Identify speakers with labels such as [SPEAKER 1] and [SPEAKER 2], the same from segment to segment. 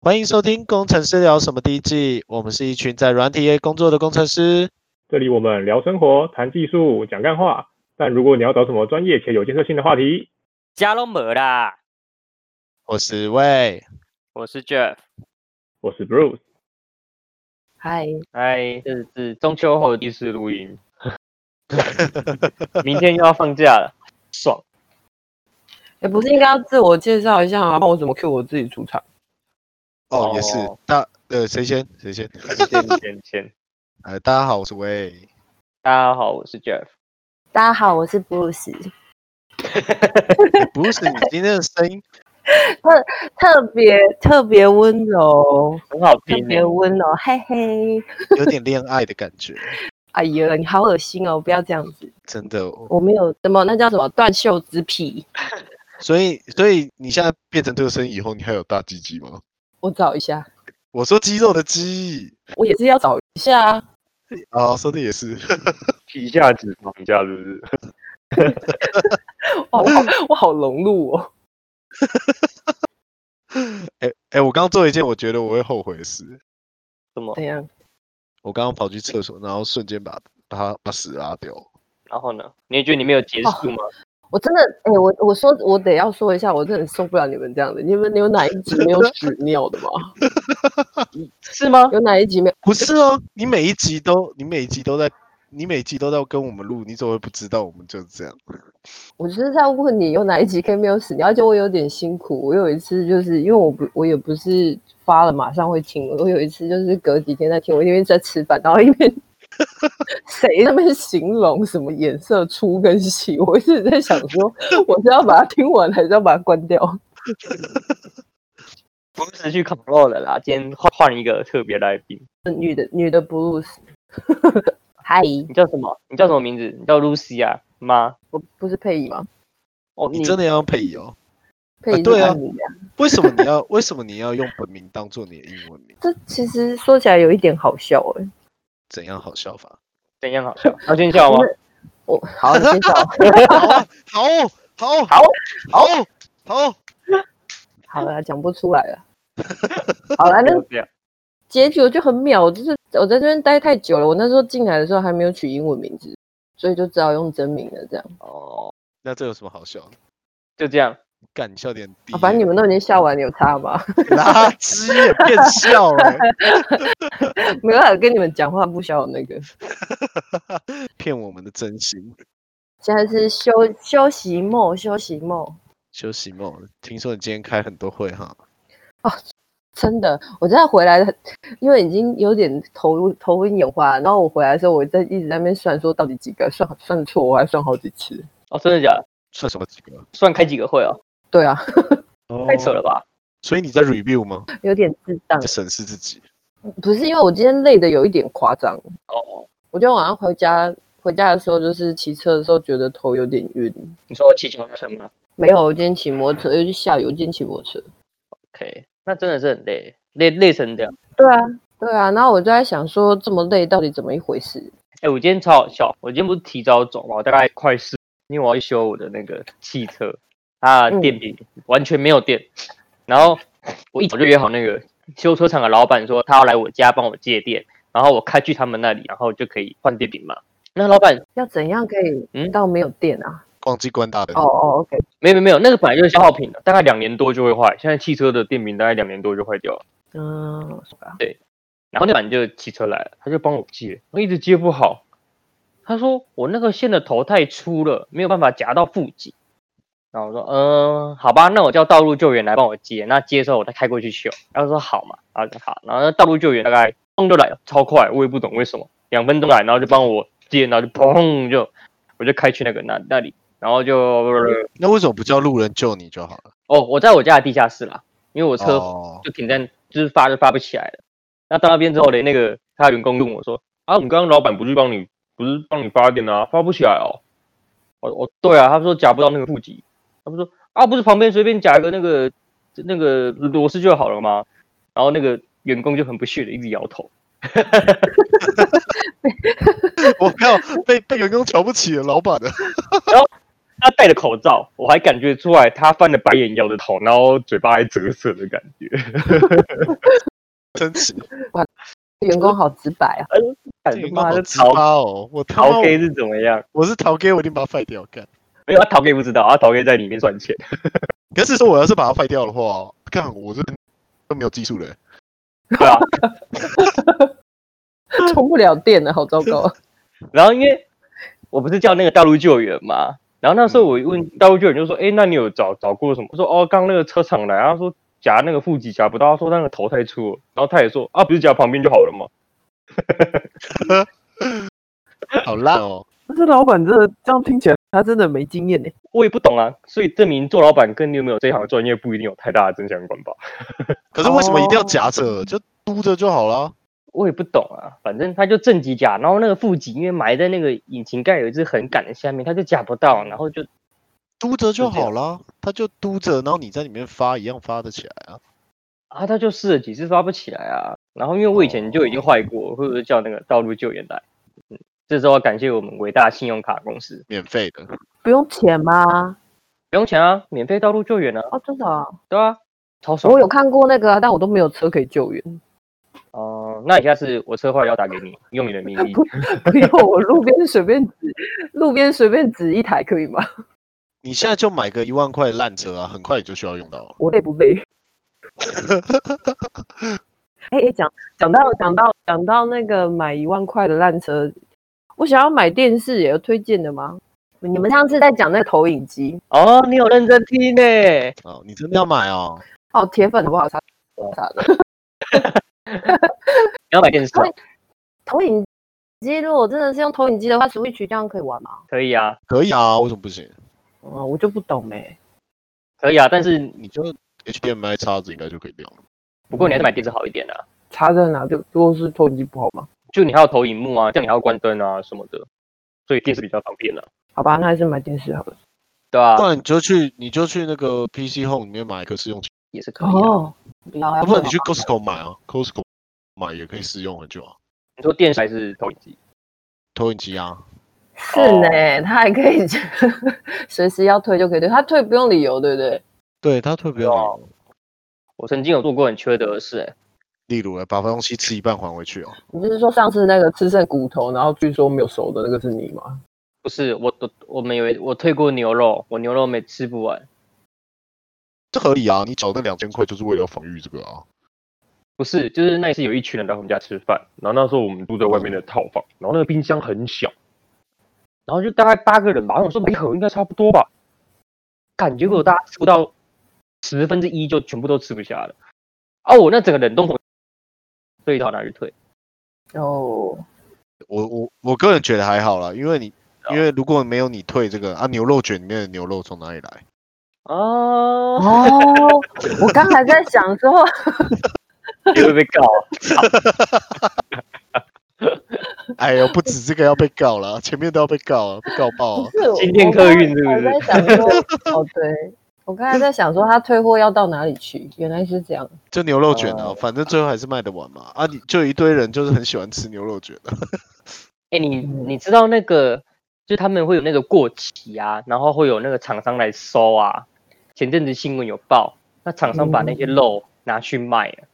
[SPEAKER 1] 欢迎收听《工程师聊什么》第一季，我们是一群在软体业工作的工程师。
[SPEAKER 2] 这里我们聊生活、谈技术、讲干话。但如果你要找什么专业且有建设性的话题，
[SPEAKER 3] 家都没啦。
[SPEAKER 1] 我是魏，
[SPEAKER 3] 我是 Jeff，
[SPEAKER 2] 我是 Bruce。
[SPEAKER 4] 嗨，
[SPEAKER 3] 嗨，哎这是中秋后的第一次录 音，明天又要放假了，爽！
[SPEAKER 4] 哎，不是应该要自我介绍一下吗？不然我怎么 Q 我自己出场？
[SPEAKER 1] 哦，也是
[SPEAKER 3] 哦，
[SPEAKER 1] 大呃，谁先？谁先？
[SPEAKER 3] 先先先，
[SPEAKER 1] 哎，大家好，我是 魏。
[SPEAKER 3] 大家好，我是 Jeff。
[SPEAKER 5] 大家好，我是布鲁斯，
[SPEAKER 1] 不是你今天的声音，
[SPEAKER 5] 特别特别温柔，
[SPEAKER 3] 很好
[SPEAKER 5] 特
[SPEAKER 3] 听欸耶
[SPEAKER 5] 别，温柔，嘿嘿。
[SPEAKER 1] 有点恋爱的感觉，
[SPEAKER 5] 哎呀，你好恶心哦！不要这样子，
[SPEAKER 1] 真的哦。
[SPEAKER 5] 我没有什么那叫什么断袖之癖，
[SPEAKER 1] 所以，所以你现在变成这个声音以后，你还有大鸡鸡吗？
[SPEAKER 5] 我找一下，
[SPEAKER 1] 我说肌肉的鸡
[SPEAKER 5] 我也是要找一下啊。
[SPEAKER 1] 啊，说的也是。
[SPEAKER 3] 皮下脂肪一下是不是？
[SPEAKER 5] 哇，我好哦我好融入哦。
[SPEAKER 1] 哎哎，我刚做一件我觉得我会后悔的事，
[SPEAKER 3] 什么？
[SPEAKER 5] 怎样？
[SPEAKER 1] 我刚刚跑去厕所，然后瞬间把把它把屎拉掉。
[SPEAKER 3] 然后呢？你也觉得你没有结束吗？
[SPEAKER 5] 我真的，哎、我我说我得要说一下，我真的受不了你们这样的。你们你有哪一集没有屎尿 的吗？
[SPEAKER 3] 是吗？
[SPEAKER 5] 有哪一集没有？
[SPEAKER 1] 不是哦，你每一集都，你每一集都在，你每一集都在跟我们录，你怎么会不知道我们就是这样？
[SPEAKER 5] 我就是在问你有哪一集可以没有屎尿，而且我有点辛苦。我有一次就是因为我不我也不是发了马上会听，我有一次就是隔几天在听，我一边在吃饭，然后一 边谁在那边形容什么颜色粗跟细，我一直在想说我是要把它听完还是要把它关掉？
[SPEAKER 3] 不是去烤肉了啦，今天换换一个特别来宾，
[SPEAKER 5] 女的女的 blues，嗨，
[SPEAKER 3] 你叫什么？你叫什么名字？你叫 Lucy 啊吗？
[SPEAKER 5] 我不是配音吗？
[SPEAKER 3] 哦，
[SPEAKER 1] 你真的
[SPEAKER 3] 的
[SPEAKER 1] 要用配音哦？
[SPEAKER 5] 配音
[SPEAKER 1] 对啊
[SPEAKER 5] 你的、
[SPEAKER 1] 为什么你要 为什么你要用本名当做你的英文名？
[SPEAKER 5] 这其实说起来有一点好笑哎、
[SPEAKER 1] 怎样好笑法？
[SPEAKER 3] 怎样好笑？要先笑吗？
[SPEAKER 5] 我好，你先讲。
[SPEAKER 1] 好啊，好哦，好哦，
[SPEAKER 3] 好哦，
[SPEAKER 1] 好哦，好哦，
[SPEAKER 5] 好了，讲不出来了。好了，那
[SPEAKER 3] 这样。
[SPEAKER 5] 结局我就很秒，就是我在这边待太久了。我那时候进来的时候还没有取英文名字，所以就只好用真名了。这样，
[SPEAKER 3] 哦，
[SPEAKER 1] 那这有什么好笑的？
[SPEAKER 3] 就这样。
[SPEAKER 1] 干，你笑点低耶、
[SPEAKER 5] 啊反正你们都已经笑完，有差吗？
[SPEAKER 1] 垃圾耶，变笑哎了、
[SPEAKER 5] 没办法跟你们讲话不笑那个。
[SPEAKER 1] 骗我们的真心。
[SPEAKER 5] 现在是休休息梦，休息梦。
[SPEAKER 1] 休息梦，听说你今天开很多会哈？
[SPEAKER 5] 真的，我真的回来的，因为已经有点头头晕眼花。然后我回来的时候，我在一直在那边算说到底几个，算算错，我还算好几次。
[SPEAKER 3] 哦，真的假的？
[SPEAKER 1] 算什么啊几个？
[SPEAKER 3] 算开几个会哦？
[SPEAKER 5] 对啊，
[SPEAKER 3] 太扯了吧？
[SPEAKER 1] 所以你在 review 吗？
[SPEAKER 5] 有点智障
[SPEAKER 1] 在。审视自己。
[SPEAKER 5] 不是因为我今天累的有一点夸张，
[SPEAKER 3] 哦，
[SPEAKER 5] 我今天晚上回家回家的时候，就是骑车的时候觉得头有点晕。
[SPEAKER 3] 你说气球什么
[SPEAKER 5] 没有，我今天骑摩托车，又去下雨，我今天骑摩托车。
[SPEAKER 3] ？OK，那真的是很累，累累成这样。
[SPEAKER 5] 对啊，对啊。然后我就在想说，这么累到底怎么一回事？
[SPEAKER 3] 哎、我今天超好笑，我今天不是提早走嘛，我大概快四，因为我要去修我的那个汽车，它的
[SPEAKER 5] 嗯
[SPEAKER 3] 电瓶、完全没有电，然后我一早就约好那个修车厂的老板说他要来我家帮我借电，然后我开去他们那里，然后就可以换电瓶嘛。那老板
[SPEAKER 5] 要怎样可以
[SPEAKER 3] 嗯
[SPEAKER 5] 到没有电啊？
[SPEAKER 1] 逛机关大的
[SPEAKER 5] 哦哦，OK，
[SPEAKER 3] 没有没有没有，那个本来就是消耗品的，大概两年多就会坏。现在汽车的电瓶大概两年多就坏掉了。
[SPEAKER 5] 嗯，是吧
[SPEAKER 3] 然后那板就骑车来了，他就帮我接，我一直接不好。他说我那个线的头太粗了，没有办法夹到负极。然后我说，嗯，好吧，那我叫道路救援来帮我接。那接的时候我再开过去修。然后说好嘛，然后就好。然后那道路救援大概砰就来了，超快，我也不懂为什么，两分钟来，然后就帮我接，然后就砰就我就开去那个那那里，然后就
[SPEAKER 1] 那为什么不叫路人救你就好了？
[SPEAKER 3] 哦，我在我家的地下室啦，因为我车
[SPEAKER 1] 哦，
[SPEAKER 3] 就停在，就是发就发不起来了。那到那边之后嘞，那个他的员工问我说：“啊，我们刚刚老板不是帮你，不是帮你发电啊，发不起来哦。我”我对啊，他说夹不到那个负极，他们说啊，不是旁边随便夹一个那个那个螺丝就好了吗？然后那个员工就很不屑的一直摇头，
[SPEAKER 1] 我靠，被被员工瞧不起了，老板的。
[SPEAKER 3] 他戴着口罩，我还感觉出来他翻了白眼，摇着头，然后嘴巴还折射的感觉。
[SPEAKER 1] 真 是，
[SPEAKER 5] 员工好直白 啊！
[SPEAKER 3] 干
[SPEAKER 1] 这
[SPEAKER 3] 他
[SPEAKER 1] 个
[SPEAKER 3] 哎妈
[SPEAKER 1] 好
[SPEAKER 3] 的
[SPEAKER 1] 鸡
[SPEAKER 3] 逃
[SPEAKER 1] 巴哦！我他妈
[SPEAKER 3] 逃 K 是怎么样？
[SPEAKER 1] 我是逃 K，我一定把它废掉。干，
[SPEAKER 3] 没有，他逃 K 不知道，他逃 K 在里面赚钱。
[SPEAKER 1] 可是说我要是把它废掉的话，干我这都没有技术 了。
[SPEAKER 3] 对啊，
[SPEAKER 5] 充不了电了，好糟糕啊！
[SPEAKER 3] 然后因为我不是叫那个大陆救援嘛，然后那时候我问大陆救援就说：“哎、那你有找找过什么？”我说：“哦，刚那个车厂来。”啊他说夹那个腹肌夹不到，他说那个头太粗了。然后他也说：“啊，不是夹旁边就好了嘛。
[SPEAKER 1] 好烂哦！
[SPEAKER 4] 但是老板真的这样听起来，他真的没经验呢、”
[SPEAKER 5] 欸
[SPEAKER 3] 我也不懂啊，所以证明做老板跟你有没有这一行专业不一定有太大的正相关吧。
[SPEAKER 1] 可是为什么一定要
[SPEAKER 4] 哦
[SPEAKER 1] 夹着？就嘟着就好了。
[SPEAKER 3] 我也不懂啊，反正他就正极夹，然后那个负极因为埋在那个引擎盖有一只横杆的下面，他就夹不到，然后就
[SPEAKER 1] 嘟着就
[SPEAKER 3] 就这样
[SPEAKER 1] 好啦，它就嘟着，然后你在里面发一样发得起来啊。
[SPEAKER 3] 啊，他就试了几次发不起来啊。然后因为我以前就已
[SPEAKER 5] 哦
[SPEAKER 3] 经坏过，或者是叫那个道路救援来。嗯，这时候要感谢我们伟大信用卡公司，
[SPEAKER 1] 免费的，
[SPEAKER 5] 不用钱吗？
[SPEAKER 3] 不用钱啊，免费道路救援啊，
[SPEAKER 5] 哦，真的啊！
[SPEAKER 3] 对啊，超爽
[SPEAKER 5] 我。有看过那个啊，但我都没有车可以救援。
[SPEAKER 3] 哦、那你下次我车坏要打给你，用你的名 义。
[SPEAKER 5] 不用，我路边随便指，路边随便指一台可以吗？
[SPEAKER 1] 你现在就买个一万块的烂车啊，很快你就需要用到了。
[SPEAKER 5] 我累不 累？哎、哎，讲讲到讲到讲到那个买一万块的烂车，我想要买电视耶，有推荐的吗？你们上次在讲那个投影机，
[SPEAKER 3] 哦，你有认真听呢、
[SPEAKER 1] 哦，你真的要买哦？
[SPEAKER 5] 哦，铁粉好不好？啥啥的。
[SPEAKER 3] 你要买电视啊、
[SPEAKER 5] 喂投影机如果真的是用投影机的话，Switch 这样可以玩吗？
[SPEAKER 3] 可以啊，
[SPEAKER 1] 可以啊，为什么不行？
[SPEAKER 5] 嗯，我就不懂哎、
[SPEAKER 3] 可以啊，但是
[SPEAKER 1] 你就 HDMI 插着应该就可以用了。
[SPEAKER 3] 不过你还是买电视好一点啊。
[SPEAKER 4] 差在哪？就如果是投影机不好吗？
[SPEAKER 3] 就你还要投影幕啊，这样你还要关灯啊什么的，所以电视比较方便了、
[SPEAKER 4] 好吧，那还是买电视好了。
[SPEAKER 3] 对啊
[SPEAKER 5] 哦
[SPEAKER 1] 不，然你就去你就去那个 PC Home 里面买一个试用器，
[SPEAKER 3] 也是可以、啊。
[SPEAKER 5] 哦，不要
[SPEAKER 1] 啊，
[SPEAKER 5] 要
[SPEAKER 1] 不然
[SPEAKER 5] 更
[SPEAKER 1] 你去
[SPEAKER 5] 好
[SPEAKER 1] Costco 买啊，Costco 买也可以试用很久啊。
[SPEAKER 3] 你说电视还是投影机？
[SPEAKER 1] 投影机啊，
[SPEAKER 5] 是呢，他还可以 随时要退就可以退，他退不用理由，对不对？
[SPEAKER 1] 对，啊它退不用
[SPEAKER 3] 哦
[SPEAKER 1] 了。
[SPEAKER 3] 我曾经有做过很缺德的事、欸，
[SPEAKER 1] 例如呢，把东西吃一半还回去哦。
[SPEAKER 4] 你就是说上次那个吃剩骨头，然后据说没有熟的那个是你吗？
[SPEAKER 3] 不是我我我们有一我退过牛肉，我牛肉没吃不完，
[SPEAKER 1] 这合理啊，你缴那两千块就是为了防御这个啊。
[SPEAKER 3] 不是，就是那一次有一群人来我们家吃饭，然后那时候我们住在外面的套房，然后那个冰箱很小，然后就大概八个人吧，我说每盒应该差不多吧，感觉果大家吃不到十分之一就全部都吃不下了，啊，我那整个冷冻所以到哪去退？
[SPEAKER 5] 哦，
[SPEAKER 1] 我我我个人觉得还好啦，因为你因为如果没有你退这个啊，牛肉卷里面的牛肉从哪里来？
[SPEAKER 3] 哦，
[SPEAKER 5] 哦，我刚才在想说，
[SPEAKER 3] 你会被告啊，
[SPEAKER 1] 哎呦，不止这个要被告了，前面都要被告了，被告爆
[SPEAKER 4] 哦
[SPEAKER 1] 啊
[SPEAKER 5] 不
[SPEAKER 1] 了。
[SPEAKER 5] 是我
[SPEAKER 3] 今天客运是不是
[SPEAKER 5] 我刚才在想说，哦，对，我刚才在想说他退货要到哪里去，原来是这样。
[SPEAKER 1] 就牛
[SPEAKER 3] 哦
[SPEAKER 1] 肉卷啊，反正最后还是卖得完嘛。啊，你就一堆人就是很喜欢吃牛肉卷的、
[SPEAKER 3] 哎、你
[SPEAKER 1] 嗯
[SPEAKER 3] 你知道那个，就是他们会有那个过期啊，然后会有那个厂商来收啊。前阵子新闻有报，那厂商把那
[SPEAKER 1] 嗯
[SPEAKER 3] 些肉拿去卖了，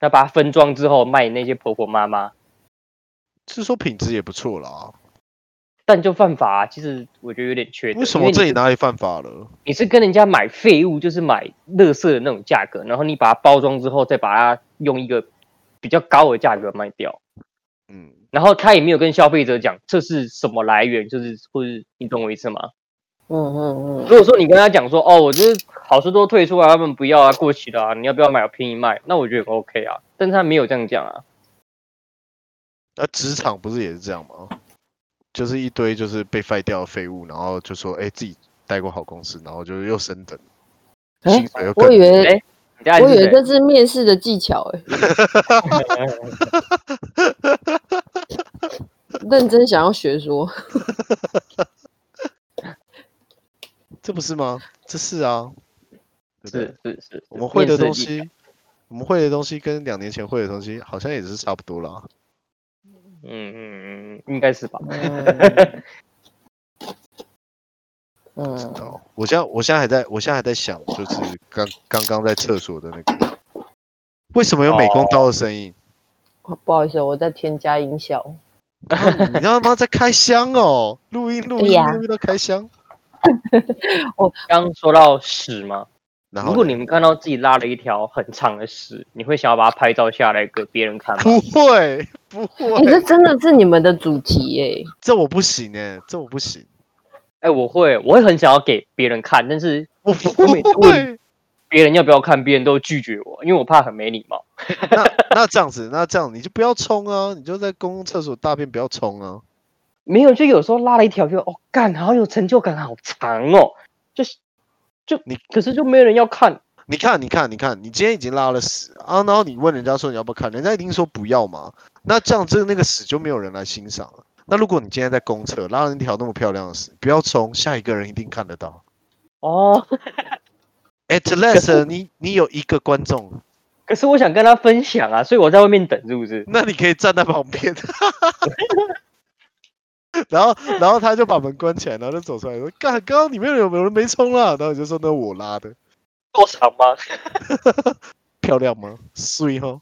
[SPEAKER 3] 他把它分装之后卖那些婆婆妈妈，
[SPEAKER 1] 是说品质也不错啦。
[SPEAKER 3] 但就犯法、啊。其实我觉得有点缺德。
[SPEAKER 1] 为什
[SPEAKER 3] 因
[SPEAKER 1] 么这
[SPEAKER 3] 你
[SPEAKER 1] 里
[SPEAKER 3] 是
[SPEAKER 1] 哪里犯法了？
[SPEAKER 3] 你是跟人家买废物，就是买垃圾的那种价格，然后你把它包装之后，再把它用一个比较高的价格卖掉，
[SPEAKER 1] 嗯，
[SPEAKER 3] 然后他也没有跟消费者讲这是什么来源，就是或是你懂我意思吗？
[SPEAKER 5] 嗯嗯嗯，
[SPEAKER 3] 如果说你跟他讲说，哦，我就是好事多退出啊，他们不要啊，过期的啊，你要不要买？我便宜卖，那我觉得很 OK 啊。但是他没有这样讲啊，
[SPEAKER 1] 那、啊职场不是也是这样吗？就是一堆就是被废掉的废物，然后就说哎、自己待过好公司，然后就又升等，
[SPEAKER 5] 哎
[SPEAKER 1] 薪水又更
[SPEAKER 5] 我以为
[SPEAKER 3] 哎你
[SPEAKER 4] 嗯
[SPEAKER 3] 家是
[SPEAKER 5] 我以为
[SPEAKER 3] 谁？
[SPEAKER 5] 这是面试的技巧、 欸，认真想要学说，
[SPEAKER 1] 这不是吗？这是啊，对不对
[SPEAKER 3] 是是是，
[SPEAKER 1] 我们会的
[SPEAKER 3] 面试
[SPEAKER 1] 东
[SPEAKER 3] 技
[SPEAKER 1] 西，我们会的东西跟两年前会的东西好像也是差不多啦。
[SPEAKER 3] 嗯嗯嗯嗯，应该是吧？
[SPEAKER 5] 嗯
[SPEAKER 1] 不知道。哦我现在我现在还在我现在还在想，就是刚刚刚在厕所的那个，为什么有美工刀的声音？
[SPEAKER 5] 不好意思，我在添加音效。
[SPEAKER 1] 你他妈在开箱哦，录音录
[SPEAKER 5] 对
[SPEAKER 1] 音
[SPEAKER 5] 呀
[SPEAKER 1] 录音到开箱。
[SPEAKER 3] 刚说到屎嘛，
[SPEAKER 1] 然后呢
[SPEAKER 3] 如果你们看到自己拉了一条很长的屎，你会想要把它拍照下来给别人看吗？
[SPEAKER 1] 不会不
[SPEAKER 5] 哎、这
[SPEAKER 1] 会，
[SPEAKER 5] 真的是你们的主题耶、
[SPEAKER 1] 这我不行哎，这我不行，
[SPEAKER 3] 哎、我会，我会很想要给别人看，但是
[SPEAKER 1] 我不
[SPEAKER 3] 我每次问
[SPEAKER 1] 会。
[SPEAKER 3] 别人要不要看，别人都拒绝我，因为我怕很没礼貌。
[SPEAKER 1] 那那这样子，那这样你就不要冲啊，你就在公共厕所大便不要冲啊。
[SPEAKER 3] 没有，就有时候拉了一条就哦，干，好有成就感，好长哦，就是就
[SPEAKER 1] 你
[SPEAKER 3] 可是就没有人要看，
[SPEAKER 1] 你看，你看，你看，你今天已经拉了屎啊，然后你问人家说你要不要看，人家一定说不要嘛。那这样，这那个屎就没有人来欣赏了。那如果你今天在公厕拉了一条那么漂亮的屎，不要冲，下一个人一定看得到。
[SPEAKER 3] 哦，
[SPEAKER 1] At least 你你有一个观众，
[SPEAKER 3] 可是我想跟他分享啊，所以我在外面等，是不是？
[SPEAKER 1] 那你可以站在旁边， 然后然后他就把门关起来，然后就走出来说：“干，刚刚里面有有人没冲啊啦。”然后你就说：“那我拉的，
[SPEAKER 3] 够长吗？
[SPEAKER 1] 漂亮吗？碎哈。”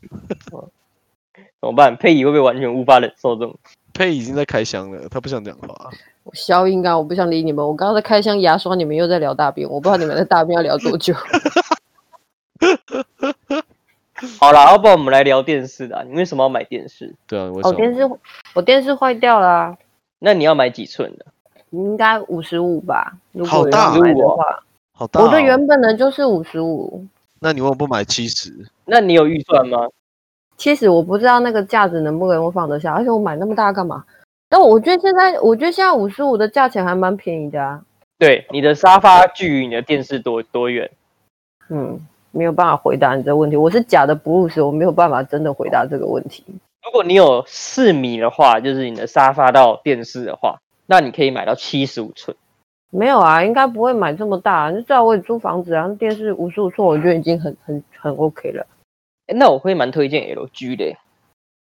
[SPEAKER 3] 怎么办？佩仪会不会完全无法忍受这种？
[SPEAKER 1] 佩已经在开箱了，他不想讲话。
[SPEAKER 5] 我消音啊，我不想理你们。我刚刚在开箱牙刷，你们又在聊大便，我不知道你们的大便要聊 多久。
[SPEAKER 3] 好啦，要不然我们来聊电视啦。你为什么要买电视？
[SPEAKER 1] 对啊，我
[SPEAKER 5] 哦，
[SPEAKER 1] 想
[SPEAKER 5] 电视我电视坏掉了、啊，
[SPEAKER 3] 那你要买几寸的？
[SPEAKER 5] 应该五十五吧？如
[SPEAKER 1] 好
[SPEAKER 5] 果有
[SPEAKER 1] 大
[SPEAKER 5] 要买的
[SPEAKER 3] 55
[SPEAKER 5] 话，
[SPEAKER 1] 好大、哦。
[SPEAKER 5] 我的原本的就是五十五。
[SPEAKER 1] 那你为什么不买七十？
[SPEAKER 3] 那你有预算吗？
[SPEAKER 5] 其实我不知道那个架子能不能放得下，而且我买那么大干嘛？但我觉得现在，我觉得现在五十五的价钱还蛮便宜的啊。
[SPEAKER 3] 对，你的沙发距离你的电视多多远？
[SPEAKER 5] 嗯，没有办法回答你这个问题，我是假的不务实，我没有办法真的回答这个问题。
[SPEAKER 3] 如果你有四米的话，就是你的沙发到电视的话，那你可以买到七十五寸。
[SPEAKER 5] 没有啊，应该不会买这么大、啊就在我也租房子啊，电视五十五寸，我觉得已经很很很 OK 了。
[SPEAKER 3] 诶那我会蛮推荐 LG 的耶，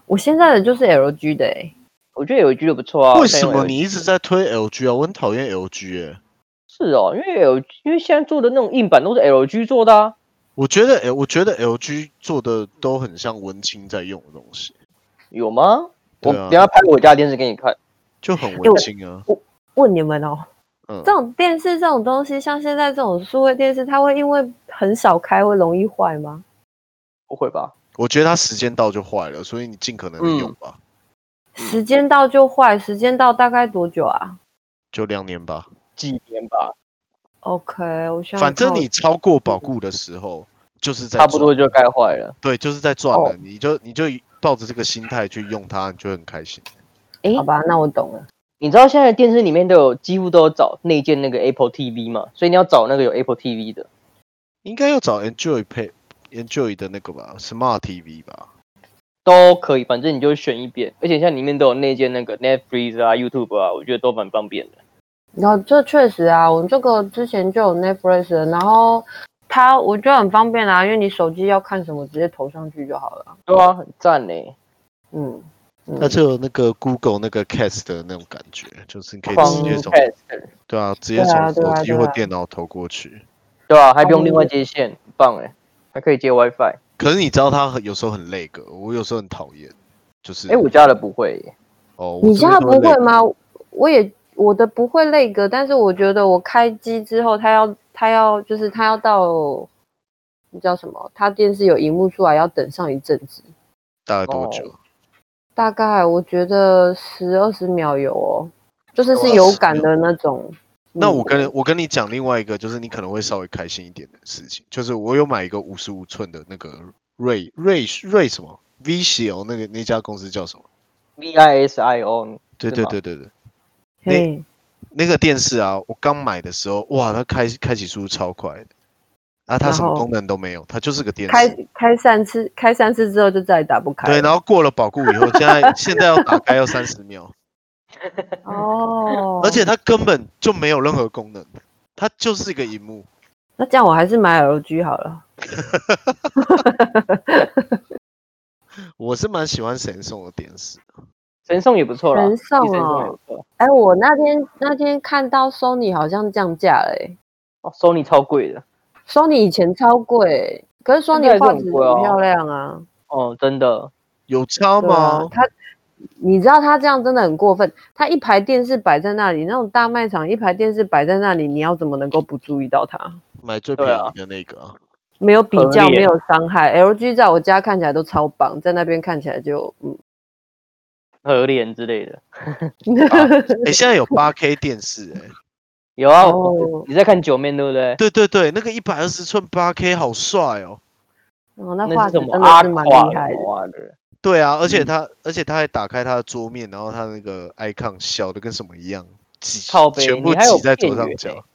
[SPEAKER 5] 我现在的就是 LG 的、欸，
[SPEAKER 3] 我觉得 LG 的不错啊。
[SPEAKER 1] 为什
[SPEAKER 3] 我现在
[SPEAKER 1] 么
[SPEAKER 3] 用 LG
[SPEAKER 1] 你一直在推 LG 啊？我很讨厌 LG 哎、
[SPEAKER 3] 是哦？因为 LG 因为现在做的那种硬板都是 LG 做的啊。
[SPEAKER 1] 我觉得 L 我觉得 LG 做的都很像文青在用的东西，
[SPEAKER 3] 有吗？我
[SPEAKER 1] 对啊
[SPEAKER 3] 等一下拍我家电视给你看。
[SPEAKER 1] 就很文青啊。
[SPEAKER 5] 问你们哦，
[SPEAKER 1] 嗯
[SPEAKER 5] 这，种电视这种东西，像现在这种数位电视，它会因为很少开会容易坏吗？
[SPEAKER 3] 不会吧？
[SPEAKER 1] 我觉得它时间到就坏了，所以你尽可能的用
[SPEAKER 3] 嗯
[SPEAKER 1] 吧，嗯
[SPEAKER 5] 时间到就坏，时间到大概多久啊
[SPEAKER 1] 就两年吧。
[SPEAKER 3] 几年吧，
[SPEAKER 5] ？OK，我想想看
[SPEAKER 1] 反正你超过保固的时候，就是在
[SPEAKER 3] 差不
[SPEAKER 1] 赚
[SPEAKER 3] 多就该坏了。
[SPEAKER 1] 对，就是在赚了。
[SPEAKER 5] 哦
[SPEAKER 1] 你就你就抱着这个心态去用它，你就很开心。
[SPEAKER 3] 诶
[SPEAKER 5] 好吧，那我懂了。
[SPEAKER 3] 你知道现在电视里面都有几乎都有找内建那个 Apple TV 嘛，所以你要找那个有 Apple TV 的。
[SPEAKER 1] 应该要找 Enjoy 配 Enjoy 的那个吧，Smart TV 吧。
[SPEAKER 3] 都可以，反正你就选一边，而且像里面都有内建那个 Netflix 啊、YouTube 啊，我觉得都蛮方便的。
[SPEAKER 5] 然后这确实啊，我们这个之前就有 Netflix，了然后它我觉得很方便啊，因为你手机要看什么直接投上去就好了。
[SPEAKER 3] 对啊，很赞呢。
[SPEAKER 5] 嗯，嗯
[SPEAKER 1] 那就有那个 Google 那个 Cast 的那种感觉，就是你可以直接从
[SPEAKER 3] Chromecast，
[SPEAKER 1] 对啊，直
[SPEAKER 5] 对
[SPEAKER 1] 接
[SPEAKER 5] 啊
[SPEAKER 1] 从手
[SPEAKER 5] 对啊
[SPEAKER 1] 机
[SPEAKER 5] 对
[SPEAKER 1] 或
[SPEAKER 5] 啊
[SPEAKER 1] 电脑投过去。
[SPEAKER 3] 对啊，还不用另外接线，很棒哎，还可以接 WiFi。
[SPEAKER 1] 可是你知道它很有时候很累个，我有时候很讨厌，就是
[SPEAKER 3] 哎，我家的不会耶，
[SPEAKER 1] 哦，
[SPEAKER 5] 你
[SPEAKER 1] 这边
[SPEAKER 5] 家
[SPEAKER 1] 都
[SPEAKER 5] 不
[SPEAKER 1] 累
[SPEAKER 5] 会
[SPEAKER 1] 格？
[SPEAKER 5] 吗？我也我的不会那个，但是我觉得我开机之后，它要它要就是它要到那叫什么？它电视有荧幕出来要等上一阵子，
[SPEAKER 1] 大概
[SPEAKER 5] 哦
[SPEAKER 1] 多久？
[SPEAKER 5] 大概我觉得十二十秒有哦，就是是
[SPEAKER 1] 哇
[SPEAKER 5] 有
[SPEAKER 1] 10
[SPEAKER 5] 感
[SPEAKER 1] 秒
[SPEAKER 5] 的那种。
[SPEAKER 1] 那
[SPEAKER 5] 嗯
[SPEAKER 1] 我跟我跟你讲另外一个，就是你可能会稍微开心一点的事情，就是我有买一个五十五寸的那个瑞瑞瑞什么 VCO 那个那家公司叫什么？
[SPEAKER 3] VISIO，
[SPEAKER 1] 对
[SPEAKER 3] 是
[SPEAKER 1] 对
[SPEAKER 3] 吗
[SPEAKER 1] 对对对，那
[SPEAKER 5] 嘿，
[SPEAKER 1] 那个电视啊，我刚买的时候，哇，它开开启速度超快的，啊，它
[SPEAKER 5] 然
[SPEAKER 1] 什么
[SPEAKER 5] 后
[SPEAKER 1] 功能都没有，它就是个电视。
[SPEAKER 5] 开开三次，开三次之后就再也打不开
[SPEAKER 1] 对，
[SPEAKER 5] 了。
[SPEAKER 1] 然后过了保固以后，现在 现在要打开要三十秒，
[SPEAKER 5] 哦，
[SPEAKER 1] 而且它根本就没有任何功能，它就是一个荧幕。
[SPEAKER 5] 那这样我还是买 LG 好了。
[SPEAKER 1] 我是蛮喜欢神送的电视，
[SPEAKER 3] 神送也不错啦，
[SPEAKER 5] 神送
[SPEAKER 3] 其实神送也
[SPEAKER 5] 哦
[SPEAKER 3] 不错。
[SPEAKER 5] 哎，我那天那天看到 Sony 好像降价了、欸，
[SPEAKER 3] 哦，Sony 超贵的，
[SPEAKER 5] Sony 以前超贵、可是
[SPEAKER 3] 现
[SPEAKER 5] Sony
[SPEAKER 3] 在也是
[SPEAKER 5] 画
[SPEAKER 3] 很
[SPEAKER 5] 质
[SPEAKER 3] 贵
[SPEAKER 5] 很
[SPEAKER 3] 啊
[SPEAKER 5] 漂亮啊。
[SPEAKER 3] 哦，真的，
[SPEAKER 1] 有差
[SPEAKER 5] 对啊
[SPEAKER 1] 吗？
[SPEAKER 5] 他，你知道他这样真的很过分。他一排电视摆在那里，那种大卖场一排电视摆在那里，你要怎么能够不注意到它？
[SPEAKER 1] 买最
[SPEAKER 3] 对
[SPEAKER 1] 便
[SPEAKER 3] 啊
[SPEAKER 1] 宜的那个啊，
[SPEAKER 5] 没有比
[SPEAKER 3] 合
[SPEAKER 5] 较，
[SPEAKER 3] 理耶
[SPEAKER 5] 没有伤害。LG 在我家看起来都超棒，在那边看起来就嗯，
[SPEAKER 3] 和脸之类的。
[SPEAKER 1] 哎、现在有八 K 电视、哎，
[SPEAKER 3] 有啊，
[SPEAKER 5] 哦
[SPEAKER 3] 你在看九面对不对？
[SPEAKER 1] 对对对，那个一百二十寸八 K 好帅哦。
[SPEAKER 5] 哦，那
[SPEAKER 3] 那
[SPEAKER 5] 画
[SPEAKER 3] 是
[SPEAKER 5] 质
[SPEAKER 3] 什么
[SPEAKER 5] 真
[SPEAKER 3] 阿
[SPEAKER 5] 的是蛮
[SPEAKER 3] 垮
[SPEAKER 5] 厉害的。
[SPEAKER 3] 哇的，
[SPEAKER 1] 对啊，而且他、而且他还打开他的桌面，然后他那个 icon 小的跟什么一样，挤
[SPEAKER 3] 靠背
[SPEAKER 1] 全部
[SPEAKER 3] 你还有
[SPEAKER 1] 挤在左
[SPEAKER 3] 片
[SPEAKER 1] 上
[SPEAKER 3] 源欸
[SPEAKER 1] 角，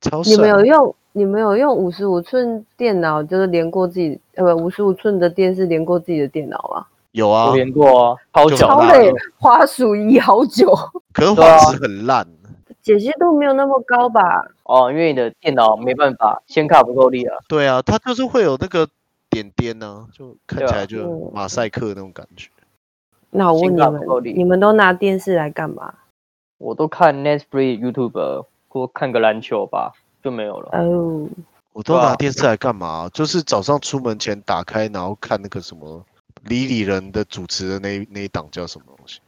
[SPEAKER 1] 超欸
[SPEAKER 5] 你
[SPEAKER 1] 帅
[SPEAKER 5] 们。有用你们有用五十五寸电脑，就是连过自己呃不五十五寸的电视连过自己的电脑吗？
[SPEAKER 1] 有啊
[SPEAKER 3] 我，连过啊，超
[SPEAKER 1] 就
[SPEAKER 3] 小
[SPEAKER 1] 好
[SPEAKER 5] 超
[SPEAKER 1] 啦
[SPEAKER 3] 的，
[SPEAKER 5] 累，花鼠移好久，
[SPEAKER 1] 可是
[SPEAKER 3] 对啊
[SPEAKER 1] 画质很烂。
[SPEAKER 5] 解析度没有那么高吧？
[SPEAKER 3] 哦，因为你的电脑没办法，显卡不够力啊。
[SPEAKER 1] 对啊，它就是会有那个点点呢、就看
[SPEAKER 3] 对
[SPEAKER 1] 起
[SPEAKER 3] 啊
[SPEAKER 1] 来就
[SPEAKER 5] 嗯
[SPEAKER 1] 马赛克那种感觉。
[SPEAKER 5] 那我问
[SPEAKER 3] 性
[SPEAKER 5] 你
[SPEAKER 3] 价比
[SPEAKER 5] 们
[SPEAKER 3] 够低，
[SPEAKER 5] 你们都拿电视来干嘛？
[SPEAKER 3] 我都看 Netflix、YouTube，或看个篮球吧，就没有了。
[SPEAKER 5] 哦，
[SPEAKER 1] 我都
[SPEAKER 3] 对啊
[SPEAKER 1] 拿电视来干嘛、就是早上出门前打开，然后看那个什么李李仁的主持的那一那一档叫什么东西，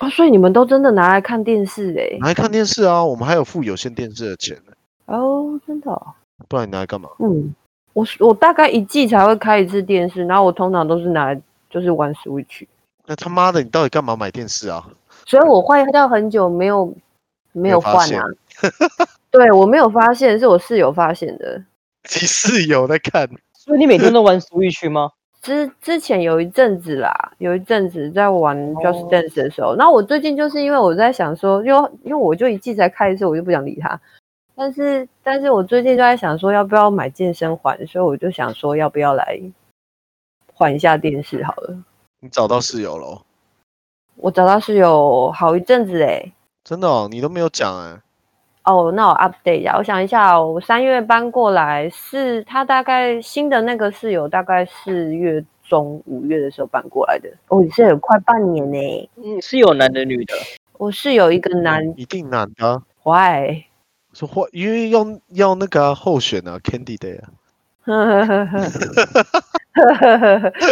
[SPEAKER 5] 哦，所以你们都真的拿来看电视哎、
[SPEAKER 1] 拿来看电视啊。我们还有付有线电视的钱呢，
[SPEAKER 5] 哦，真的、哦，
[SPEAKER 1] 不然你拿来干嘛？
[SPEAKER 5] 嗯，我我大概一季才会开一次电视，然后我通常都是拿来就是玩 Switch，
[SPEAKER 1] 那他妈的，你到底干嘛买电视啊？
[SPEAKER 5] 所以我坏掉很久没有没有
[SPEAKER 1] 没发
[SPEAKER 5] 换
[SPEAKER 1] 现
[SPEAKER 5] 啊。对，我没有发现，是我室友发现的。
[SPEAKER 1] 你室友在看，
[SPEAKER 3] 所以你每天都玩 Switch 吗？
[SPEAKER 5] 之之前有一阵子啦，有一阵子在玩 Just Dance 的时候，那、我最近就是因为我在想说，因为因为我就一季才开一次，我就不想理他。但是但是我最近就在想说，要不要买健身环，所以我就想说，要不要来换一下电视好了。
[SPEAKER 1] 你找到室友了哦？
[SPEAKER 5] 我找到是有好一阵子哎、
[SPEAKER 1] 真的哦，你都没有讲哎、
[SPEAKER 5] 哦，那我 update 一下，我想一下哦、我三月搬过来，是他大概新的那个室友大概四月中五月的时候搬过来的，哦，也是有快半年呢、
[SPEAKER 3] 嗯，是有男的女的，
[SPEAKER 5] 我室友一个男
[SPEAKER 1] 一定难的、啊。
[SPEAKER 5] 坏，
[SPEAKER 1] 说话，因为要要那个啊、候选啊，Candy Day 啊，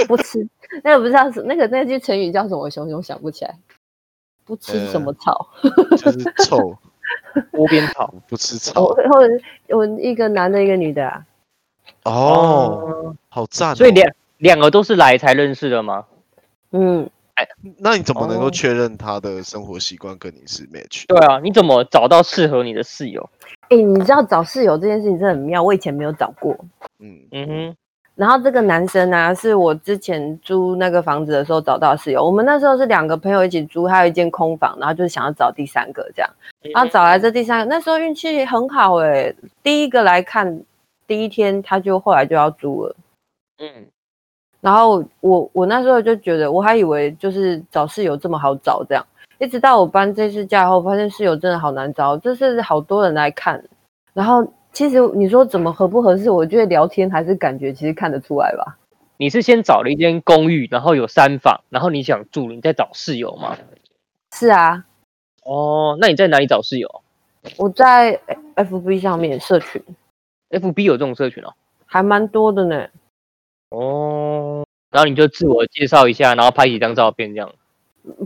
[SPEAKER 5] 不吃那个不知道是那个那句成语叫什么？我熊熊想不起来，不吃什么草。
[SPEAKER 1] 就是臭
[SPEAKER 3] 窝边草。
[SPEAKER 1] 不吃
[SPEAKER 5] 我
[SPEAKER 1] 草
[SPEAKER 3] 哦
[SPEAKER 5] 或者我一个男的，一个女的啊。
[SPEAKER 1] 哦，，好赞、哦！
[SPEAKER 3] 所以两两个都是来才认识的吗？
[SPEAKER 5] 嗯，
[SPEAKER 1] 那你怎么能够
[SPEAKER 3] 哦
[SPEAKER 1] 确认他的生活习惯跟你是 match？
[SPEAKER 3] 对啊，你怎么找到适合你的室友？
[SPEAKER 5] 哎、你知道找室友这件事情真的很妙，我以前没有找过。
[SPEAKER 1] 嗯，
[SPEAKER 3] 嗯哼，
[SPEAKER 5] 然后这个男生啊，是我之前租那个房子的时候找到的室友。我们那时候是两个朋友一起租，还有一间空房，然后就想要找第三个这样。
[SPEAKER 3] 嗯
[SPEAKER 5] 然后找啊来这第三个，那时候运气很好诶、第一个来看，第一天他就后来就要租了。
[SPEAKER 3] 嗯，
[SPEAKER 5] 然后我我那时候就觉得，我还以为就是找室友这么好找这样，一直到我搬这次家后，发现室友真的好难找，这是好多人来看。然后其实你说怎么合不合适，我觉得聊天还是感觉其实看得出来吧。
[SPEAKER 3] 你是先找了一间公寓，然后有三房，然后你想住，你再找室友吗？
[SPEAKER 5] 是啊，
[SPEAKER 3] 哦，那你在哪里找室友
[SPEAKER 5] 我在 FB 上面社群
[SPEAKER 3] ？FB 有这种社群哦。
[SPEAKER 5] 还蛮多的呢。
[SPEAKER 3] 哦，然后你就自我介绍一下，然后拍几张照片这样。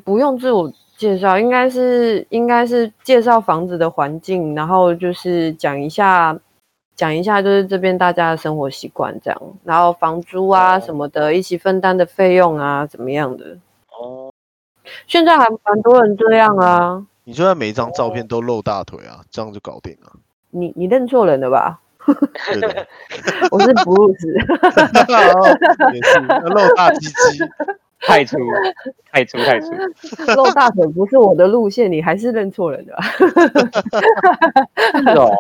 [SPEAKER 5] 不用自我介绍，应该是应该是介绍房子的环境，然后就是讲一下讲一下就是这边大家的生活习惯这样，然后房租啊
[SPEAKER 3] 哦
[SPEAKER 5] 什么的，一起分担的费用啊怎么样的。
[SPEAKER 3] 哦，
[SPEAKER 5] 现在还蛮多人这样啊，
[SPEAKER 1] 你就算每一张照片都露大腿啊，这样就搞定了。
[SPEAKER 5] 你你认错人了吧？
[SPEAKER 1] 对 的，
[SPEAKER 5] 我是 Bruce，
[SPEAKER 1] 也是露大鸡鸡，
[SPEAKER 3] 太粗，太粗，太粗。
[SPEAKER 5] 露大腿不是我的路线，你还是认错人了吧。
[SPEAKER 3] 是哦，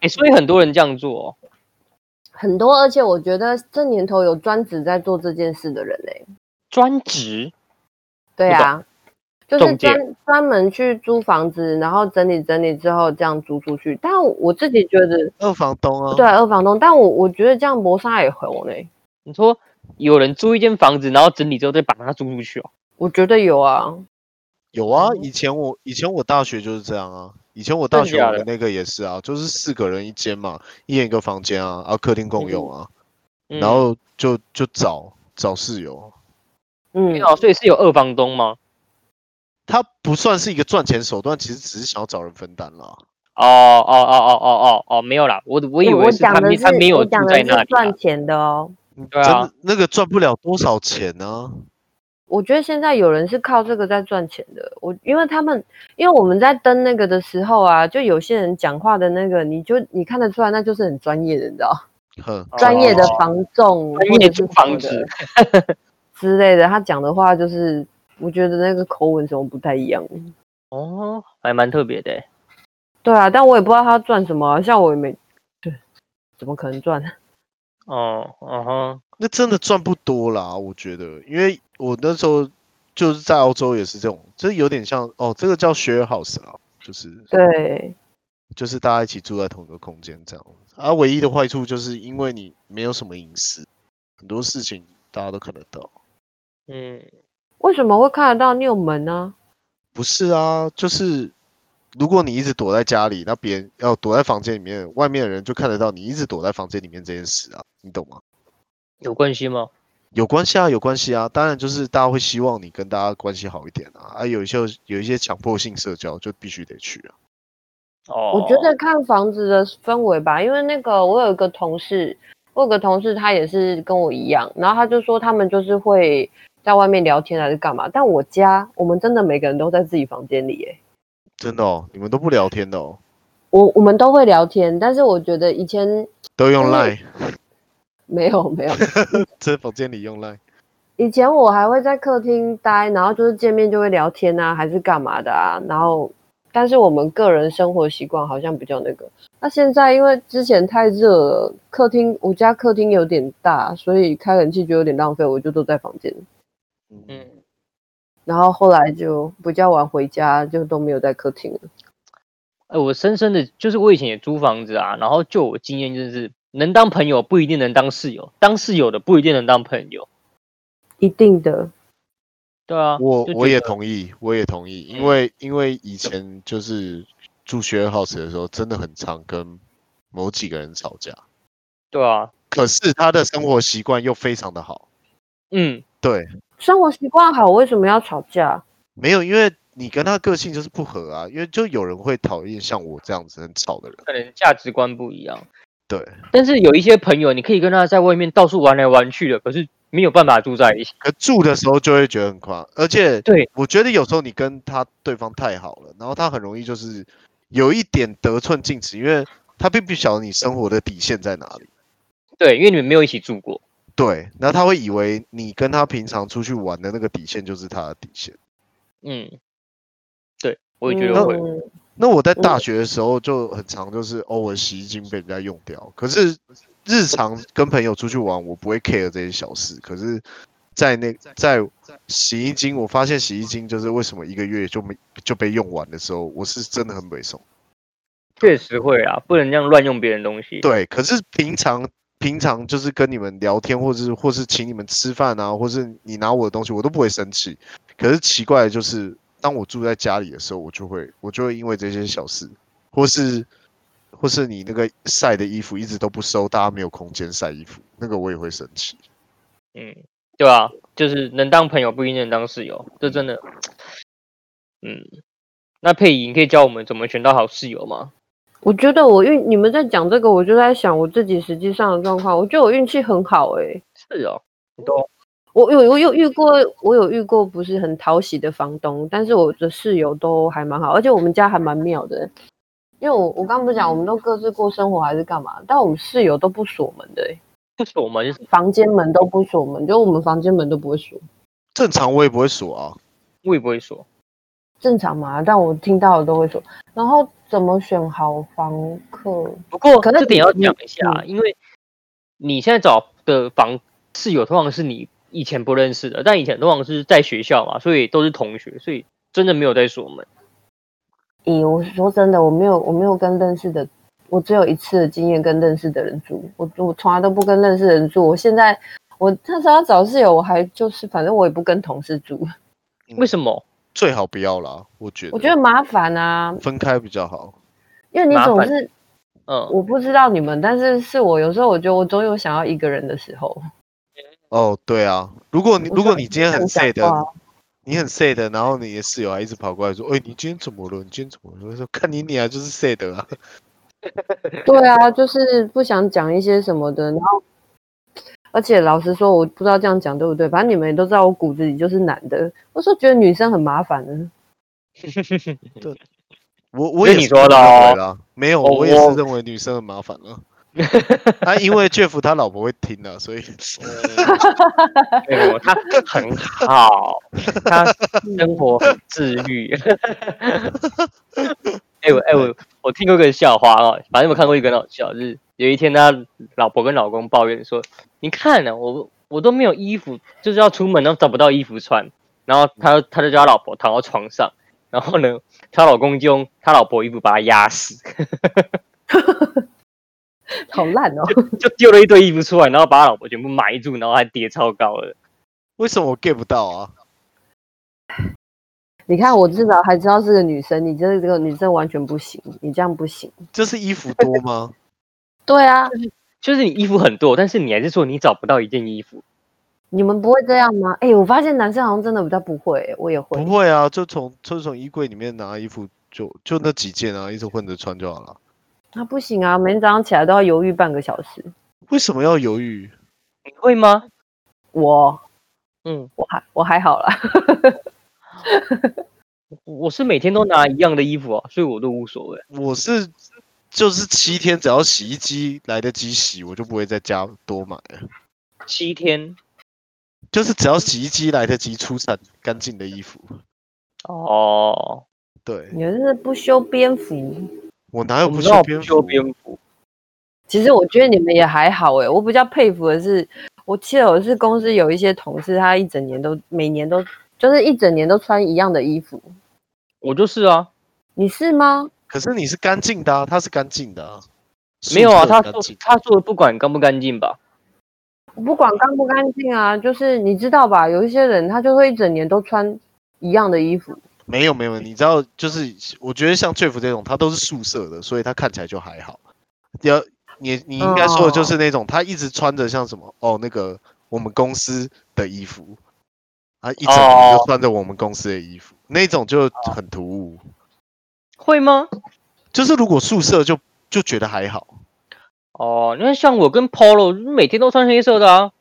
[SPEAKER 3] 哎、所以很多人这样做、哦。
[SPEAKER 5] 很多，而且我觉得这年头有专职在做这件事的人欸嘞、
[SPEAKER 3] 专职
[SPEAKER 5] 对
[SPEAKER 3] 不懂
[SPEAKER 5] 啊，就是
[SPEAKER 3] 中介
[SPEAKER 5] 专专门去租房子，然后整理整理之后这样租出去。但我自己觉得，
[SPEAKER 1] 二房东
[SPEAKER 3] 哦
[SPEAKER 1] 啊，
[SPEAKER 5] 对啊二房东，但我我觉得这样磨砂也红嘞、欸
[SPEAKER 3] 你说有人租一间房子，然后整理之后再把它租出去哦？
[SPEAKER 5] 我觉得有啊，
[SPEAKER 1] 有啊，以前我以前我大学就是这样啊，以前我大
[SPEAKER 3] 嗯真
[SPEAKER 1] 学
[SPEAKER 3] 假
[SPEAKER 1] 我
[SPEAKER 3] 的
[SPEAKER 1] 们那个也是啊，就是四个人一间嘛，一人一个房间啊，然后客厅共用啊，
[SPEAKER 3] 嗯
[SPEAKER 1] 然后就就找找室友，
[SPEAKER 5] 嗯
[SPEAKER 3] 哦，所以是有二房东吗？
[SPEAKER 1] 他不算是一个赚钱手段，其实只是想要找人分担啦。
[SPEAKER 3] 哦哦哦哦哦哦哦，没有啦，我我以
[SPEAKER 5] 欸我
[SPEAKER 3] 为是
[SPEAKER 5] 讲
[SPEAKER 3] 他
[SPEAKER 5] 的
[SPEAKER 3] 没
[SPEAKER 5] 是
[SPEAKER 3] 他没有
[SPEAKER 5] 我
[SPEAKER 3] 住
[SPEAKER 5] 讲的
[SPEAKER 3] 在
[SPEAKER 5] 是
[SPEAKER 3] 那里啊
[SPEAKER 5] 赚。钱的哦。
[SPEAKER 1] 嗯
[SPEAKER 3] 对
[SPEAKER 1] 真
[SPEAKER 3] 啊
[SPEAKER 1] 的，那个赚不了多少钱啊呢、
[SPEAKER 5] 我觉得现在有人是靠这个在赚钱的。我因为他们，因为我们在登那个的时候啊，就有些人讲话的那个，你就你看得出来，那就是很专业的，你知道，
[SPEAKER 1] 啊，哼，
[SPEAKER 3] 哦
[SPEAKER 5] 专业的房仲，
[SPEAKER 3] 专
[SPEAKER 5] 或
[SPEAKER 3] 业
[SPEAKER 5] 者是什
[SPEAKER 3] 租
[SPEAKER 5] 么
[SPEAKER 3] 房
[SPEAKER 5] 的
[SPEAKER 3] 子
[SPEAKER 5] 之类的。他讲的话就是，我觉得那个口吻怎么不太一样。
[SPEAKER 3] 哦，还蛮特别的欸。
[SPEAKER 5] 对啊，但我也不知道他赚什么啊、像我也没，对，怎么可能赚？
[SPEAKER 3] 哦，嗯哼，
[SPEAKER 1] 那真的赚不多啦，我觉得，因为我那时候就是在澳洲也是这种，这有点像哦，这个叫 share house 啦，就是
[SPEAKER 5] 对，
[SPEAKER 1] 就是大家一起住在同一个空间这样。啊，唯一的坏处就是因为你没有什么隐私，很多事情大家都看得到。
[SPEAKER 3] 嗯，
[SPEAKER 5] 为什么会看得到你有门呢、
[SPEAKER 1] 不是啊，就是如果你一直躲在家里，那别人要躲在房间里面，外面的人就看得到你一直躲在房间里面这件事啊，你懂吗？
[SPEAKER 3] 有关系吗？
[SPEAKER 1] 有关系啊，有关系啊，当然就是大家会希望你跟大家关系好一点啊，啊，有一些有一些强迫性社交就必须得去啊，
[SPEAKER 3] 哦，
[SPEAKER 5] 我觉得看房子的氛围吧，因为那个我有一个同事，我有个同事他也是跟我一样，然后他就说他们就是会在外面聊天还是干嘛，但我家我们真的每个人都在自己房间里耶、
[SPEAKER 1] 真的哦，你们都不聊天的哦，
[SPEAKER 5] 我我们都会聊天，但是我觉得以前
[SPEAKER 1] 都用
[SPEAKER 5] 因为
[SPEAKER 1] Line，
[SPEAKER 5] 没有 没有，
[SPEAKER 1] 在房间里用 Line，
[SPEAKER 5] 以前我还会在客厅待，然后就是见面就会聊天啊，还是干嘛的啊。然后，但是我们个人生活习惯好像比较那个。那现在因为之前太热了，客厅我家客厅有点大，所以开冷气就有点浪费，我就都在房间。
[SPEAKER 1] 嗯，
[SPEAKER 3] 嗯，
[SPEAKER 5] 然后后来就比较晚回家，就都没有在客厅了。
[SPEAKER 3] 哎，我深深的就是我以前也租房子啊，然后就我经验就是，能当朋友不一定能当室友，当室友的不一定能当朋友。
[SPEAKER 5] 一定的，
[SPEAKER 3] 对啊，
[SPEAKER 1] 我
[SPEAKER 3] 就
[SPEAKER 1] 我
[SPEAKER 3] 觉
[SPEAKER 1] 也
[SPEAKER 3] 得
[SPEAKER 1] 同意，我也同意，因
[SPEAKER 3] 嗯
[SPEAKER 1] 为因为以前就是住学 house 的时候，真的很常跟某几个人吵架，
[SPEAKER 3] 对啊，
[SPEAKER 1] 可是他的生活习惯又非常的好，
[SPEAKER 3] 嗯，
[SPEAKER 1] 对，
[SPEAKER 5] 生活习惯好，为什么要吵架？
[SPEAKER 1] 没有，因为你跟他个性就是不合啊，因为就有人会讨厌像我这样子很吵的人，
[SPEAKER 3] 可能价值观不一样。
[SPEAKER 1] 对。
[SPEAKER 3] 但是有一些朋友，你可以跟他在外面到处玩来玩去的，可是没有办法住在一起。
[SPEAKER 1] 可住的时候就会觉得很夸，而且
[SPEAKER 3] 对
[SPEAKER 1] 我觉得有时候你跟他对方太好了，然后他很容易就是有一点得寸进尺，因为他并不晓得你生活的底线在哪里。
[SPEAKER 3] 对，因为你们没有一起住过。
[SPEAKER 1] 对，然后他会以为你跟他平常出去玩的那个底线就是他的底线。
[SPEAKER 3] 嗯，对，我也觉得会。
[SPEAKER 5] 嗯
[SPEAKER 1] 那我在
[SPEAKER 5] 嗯
[SPEAKER 1] 大学的时候就很常就是哦，我的洗衣精被人家用掉，可是日常跟朋友出去玩，我不会 care 这些小事，可是。在那在洗衣精，我发现洗衣精就是为什么一个月就没就被用完的时候，我是真的很北宋。
[SPEAKER 3] 确实会啊，不能这样乱用别人东西。
[SPEAKER 1] 对，可是平常平常就是跟你们聊天，或者是或是请你们吃饭啊，或是你拿我的东西，我都不会生气。可是奇怪的就是，当我住在家里的时候，我就会我就会因为这些小事，或是或是你那个晒的衣服一直都不收，大家没有空间晒衣服，那个我也会生气。
[SPEAKER 3] 嗯，对啊，就是能当朋友不一定能当室友，这真的。嗯，那佩仪，你可以教我们怎么选到好室友吗？
[SPEAKER 5] 我觉得我运，你们在讲这个，我就在想我自己实际上的状况。我觉得我运气很好诶、
[SPEAKER 3] 是哦，你都
[SPEAKER 5] 我有我有遇过，我有遇过不是很讨喜的房东，但是我的室友都还蛮好，而且我们家还蛮妙的。因为我我刚不是讲，我们都各自过生活还是干嘛，但我们室友都不锁门的、欸，
[SPEAKER 3] 不锁嘛，就是
[SPEAKER 5] 房间门都不锁门，就我们房间门都不会锁，
[SPEAKER 1] 正常我也不会锁啊，
[SPEAKER 3] 我也不会锁。
[SPEAKER 5] 正常嘛。但我听到的都会锁。然后怎么选好房客？
[SPEAKER 3] 不过
[SPEAKER 5] 可是
[SPEAKER 3] 这点要
[SPEAKER 5] 你你嗯
[SPEAKER 3] 讲一下，因为你现在找的房室友通常是你以前不认识的，但以前通常是在学校嘛，所以都是同学，所以真的没有在锁门。
[SPEAKER 5] 咦，我说真的，我没有，我没有跟认识的，我只有一次的经验跟认识的人住，我我从来都不跟认识的人住。我现在我那时候要找室友，我还就是反正我也不跟同事住，
[SPEAKER 1] 嗯
[SPEAKER 3] 为什么？
[SPEAKER 1] 最好不要啦，我觉得。
[SPEAKER 5] 我觉得麻烦啊，
[SPEAKER 1] 分开比较好。
[SPEAKER 5] 因为你
[SPEAKER 3] 麻
[SPEAKER 5] 总
[SPEAKER 3] 烦
[SPEAKER 5] 是
[SPEAKER 3] 嗯，
[SPEAKER 5] 我不知道你们，但是是我有时候我觉得我总有想要一个人的时候。
[SPEAKER 1] 哦，对啊，如果你
[SPEAKER 5] 我
[SPEAKER 1] 如果
[SPEAKER 5] 就
[SPEAKER 1] 你今天很
[SPEAKER 5] 不想
[SPEAKER 1] sad，
[SPEAKER 5] 讲话
[SPEAKER 1] 你很 sad，然后你的室友还一直跑过来说：“哎、你今天怎么了？你今天怎么了？”我说：“看你脸啊，就是 sad 啊。
[SPEAKER 5] 对啊，就是不想讲一些什么的，然后，而且老实说，我不知道这样讲对不对，反正你们也都知道我骨子里就是男的，我是觉得女生很麻烦的。
[SPEAKER 1] 我我
[SPEAKER 3] 这
[SPEAKER 1] 也
[SPEAKER 3] 你
[SPEAKER 1] 是这么
[SPEAKER 3] 说的
[SPEAKER 1] 认为
[SPEAKER 3] 哦
[SPEAKER 1] 啦，没有，
[SPEAKER 3] 哦
[SPEAKER 1] 我也是
[SPEAKER 3] 我
[SPEAKER 1] 认为女生很麻烦 啊。啊，因为 Jeff 他老婆会听的、啊，所以
[SPEAKER 3] 没有，他很好，他生活很自律。哎、我哎、我我听过一个笑话哦，反正我看过一个很好笑，就是有一天他老婆跟老公抱怨说：“你看呢、我我都没有衣服，就是要出门，然后找不到衣服穿。”然后他他就叫他老婆躺到床上，然后呢，她老公就用他老婆衣服把她压死，
[SPEAKER 5] 好烂哦！
[SPEAKER 3] 就丢了一堆衣服出来，然后把他老婆全部埋住，然后还叠超高的。
[SPEAKER 1] 为什么我 get 不到啊？
[SPEAKER 5] 你看，我至少还知道是个女生，你这个女生完全不行，你这样不行。
[SPEAKER 1] 这是衣服多 吗？
[SPEAKER 5] 对啊，
[SPEAKER 3] 就是你衣服很多，但是你还是说你找不到一件衣服。
[SPEAKER 5] 你们不会这样吗？哎、我发现男生好像真的比较不会、我也会
[SPEAKER 1] 不。会啊，就从就从衣柜里面拿衣服，就就那几件啊，一直混着穿就好了。
[SPEAKER 5] 那、不行啊，每天早上起来都要犹豫半个小时。
[SPEAKER 1] 为什么要犹豫？
[SPEAKER 3] 你会吗？
[SPEAKER 5] 我
[SPEAKER 3] 嗯，
[SPEAKER 5] 我还我还好啦，
[SPEAKER 3] 我是每天都拿一样的衣服啊，所以我都无所谓。
[SPEAKER 1] 我是就是七天，只要洗衣机来得及洗，我就不会再加多买了。
[SPEAKER 3] 七天
[SPEAKER 1] 就是只要洗衣机来得及出产干净的衣服，
[SPEAKER 3] 哦，
[SPEAKER 1] 对
[SPEAKER 5] 你就是不修边幅。
[SPEAKER 1] 我哪有
[SPEAKER 3] 我
[SPEAKER 1] 不
[SPEAKER 3] 们
[SPEAKER 1] 修
[SPEAKER 3] 都
[SPEAKER 1] 边
[SPEAKER 3] 不
[SPEAKER 1] 幅？
[SPEAKER 3] 修边幅，
[SPEAKER 5] 其实我觉得你们也还好哎、我比较佩服的是，我记得我是公司有一些同事，他一整年都每年都就是一整年都穿一样的衣服，
[SPEAKER 3] 我就是啊，
[SPEAKER 5] 你是吗？
[SPEAKER 1] 可是你是干净的、啊，它是干净的、啊。
[SPEAKER 3] 没有啊，
[SPEAKER 1] 宿舍
[SPEAKER 3] 他
[SPEAKER 1] 干
[SPEAKER 3] 做
[SPEAKER 1] 净
[SPEAKER 3] 他做的不管干不干净吧，
[SPEAKER 5] 我不管干不干净啊，就是你知道吧，有一些人他就会一整年都穿一样的衣 服，
[SPEAKER 1] 没有没有，你知道，就是我觉得像 Jeff 这种，他都是宿舍的，所以他看起来就还好。要你你应该说的
[SPEAKER 3] 哦
[SPEAKER 1] 就是那种，他一直穿着像什么哦，那个我们公司的衣服，啊，一整年就
[SPEAKER 3] 哦
[SPEAKER 1] 穿着我们公司的衣服，那种就很突兀。
[SPEAKER 3] 会吗？
[SPEAKER 1] 就是如果宿舍就就觉得还好，
[SPEAKER 3] 哦，你看像我跟 Polo 每天都穿黑色的啊，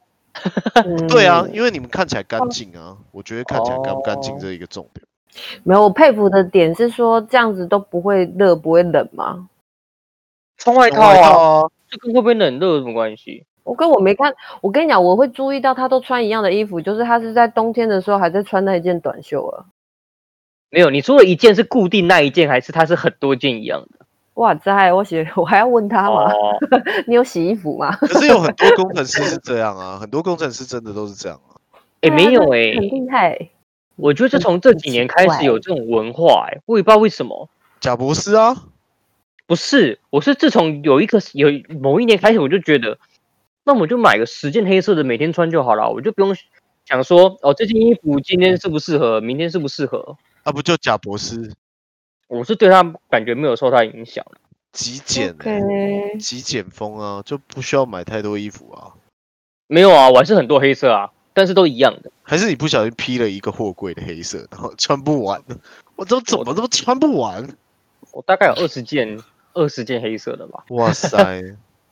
[SPEAKER 5] 嗯
[SPEAKER 1] 对啊，因为你们看起来干净啊，我觉得看起来干不干净
[SPEAKER 3] 哦
[SPEAKER 1] 这是一个重点。
[SPEAKER 5] 没有我佩服的点是说这样子都不会热不会冷吗？
[SPEAKER 3] 穿外
[SPEAKER 1] 用
[SPEAKER 3] 套
[SPEAKER 1] 外
[SPEAKER 3] 啊，
[SPEAKER 1] 套啊，
[SPEAKER 3] 这跟会不会冷热有什么关系？
[SPEAKER 5] 我跟我没看，我跟你讲，我会注意到他都穿一样的衣服，就是他是在冬天的时候还在穿那一件短袖啊。
[SPEAKER 3] 没有，你说的一件是固定那一件，还是它是很多件一样的？
[SPEAKER 5] 哇塞，我写我还要问他吗？
[SPEAKER 3] 哦，
[SPEAKER 5] 你有洗衣服吗？
[SPEAKER 1] 可是有很多工程师是这样啊， 很多工程师真的都是这样啊。
[SPEAKER 3] 哎、
[SPEAKER 5] 对啊
[SPEAKER 3] 没 有
[SPEAKER 5] 这
[SPEAKER 3] 哎、
[SPEAKER 5] 很厉害。
[SPEAKER 3] 我觉得是从这几年开
[SPEAKER 5] 很奇
[SPEAKER 3] 始有这种文化哎、我也不知道为什么。
[SPEAKER 1] 贾博士啊，
[SPEAKER 3] 不是，我是自从有一个有某一年开始，我就觉得，那我就买个十件黑色的，每天穿就好了，我就不用想说哦，这件衣服今天适不适合，明天适不适合。
[SPEAKER 1] 啊不就贾博士
[SPEAKER 3] 我是对他感觉没有受他影响，
[SPEAKER 1] 极简、欸，
[SPEAKER 5] OK，
[SPEAKER 1] 极简风啊，就不需要买太多衣服啊。
[SPEAKER 3] 没有啊，我还是很多黑色啊，但是都一样的。
[SPEAKER 1] 还是你不小心披了一个货柜的黑色，然后穿不完，我怎么怎么都穿不完？
[SPEAKER 3] 我大概有二十件，二十件黑色的吧。
[SPEAKER 1] 哇塞，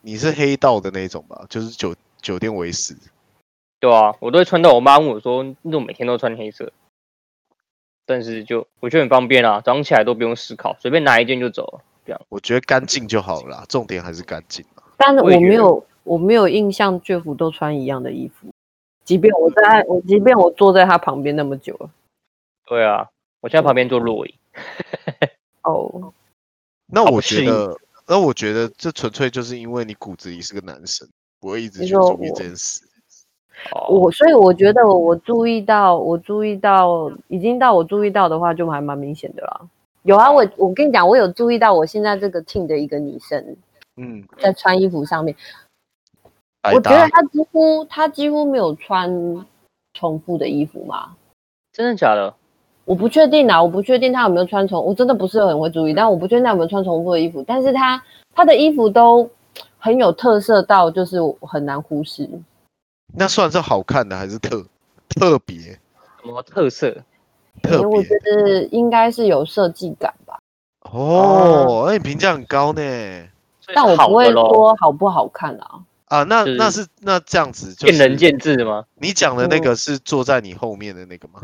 [SPEAKER 1] 你是黑道的那种吧？就是酒酒店为师。
[SPEAKER 3] 对啊，我都会穿到我妈问我说，那种每天都穿黑色，但是就我觉得很方便啊，早上起来都不用思考，随便拿一件就走了。
[SPEAKER 1] 我觉得干净就好了啦，重点还是干净啊。
[SPEAKER 5] 但是我
[SPEAKER 3] 我也觉得
[SPEAKER 5] 没有，我没有印象卷福都穿一样的衣服，即便我在
[SPEAKER 3] 嗯
[SPEAKER 5] 我即便我坐在他旁边那么久了。
[SPEAKER 3] 对啊，我现在旁边做落椅。
[SPEAKER 5] 哦，
[SPEAKER 1] 那
[SPEAKER 3] 好不
[SPEAKER 1] 我觉
[SPEAKER 3] 适应
[SPEAKER 1] 得，那我觉得这纯粹就是因为你骨子里是个男生，不会一直
[SPEAKER 5] 你
[SPEAKER 1] 去
[SPEAKER 5] 说
[SPEAKER 1] 注意
[SPEAKER 5] 我
[SPEAKER 1] 这件事。
[SPEAKER 3] 哦
[SPEAKER 5] 我所以我觉得我注意到，我注意到已经到我注意到的话，就还蛮明显的啦。有啊，我我跟你讲，我有注意到我现在这个 team 的一个女生
[SPEAKER 1] 嗯，
[SPEAKER 5] 在穿衣服上面，
[SPEAKER 1] 百
[SPEAKER 5] 我觉得
[SPEAKER 1] 搭。
[SPEAKER 5] 她几乎她几乎没有穿重复的衣服嘛。
[SPEAKER 3] 真的假的？
[SPEAKER 5] 我不确定啊，我不确定他有没有穿重，我真的不是很会
[SPEAKER 1] 嗯
[SPEAKER 5] 注意，但我不确定他有没有穿重复的衣服，但是他他的衣服都很有特色到，就是我很难忽视。
[SPEAKER 1] 那算是好看的还是特特别
[SPEAKER 3] 什么特色？
[SPEAKER 1] 特
[SPEAKER 5] 我
[SPEAKER 1] 别
[SPEAKER 5] 觉得应该是有设计感吧，
[SPEAKER 1] 哦？哎、你评价很高呢
[SPEAKER 3] 所以
[SPEAKER 5] 但我
[SPEAKER 3] 好
[SPEAKER 5] 不会
[SPEAKER 3] 的咯，
[SPEAKER 5] 说好不好看啊。
[SPEAKER 1] 啊！那
[SPEAKER 3] 就是
[SPEAKER 1] 那是那这样子，就
[SPEAKER 3] 见仁
[SPEAKER 1] 是
[SPEAKER 3] 见智嘛。
[SPEAKER 1] 你讲的那个是坐在你后面的那个吗？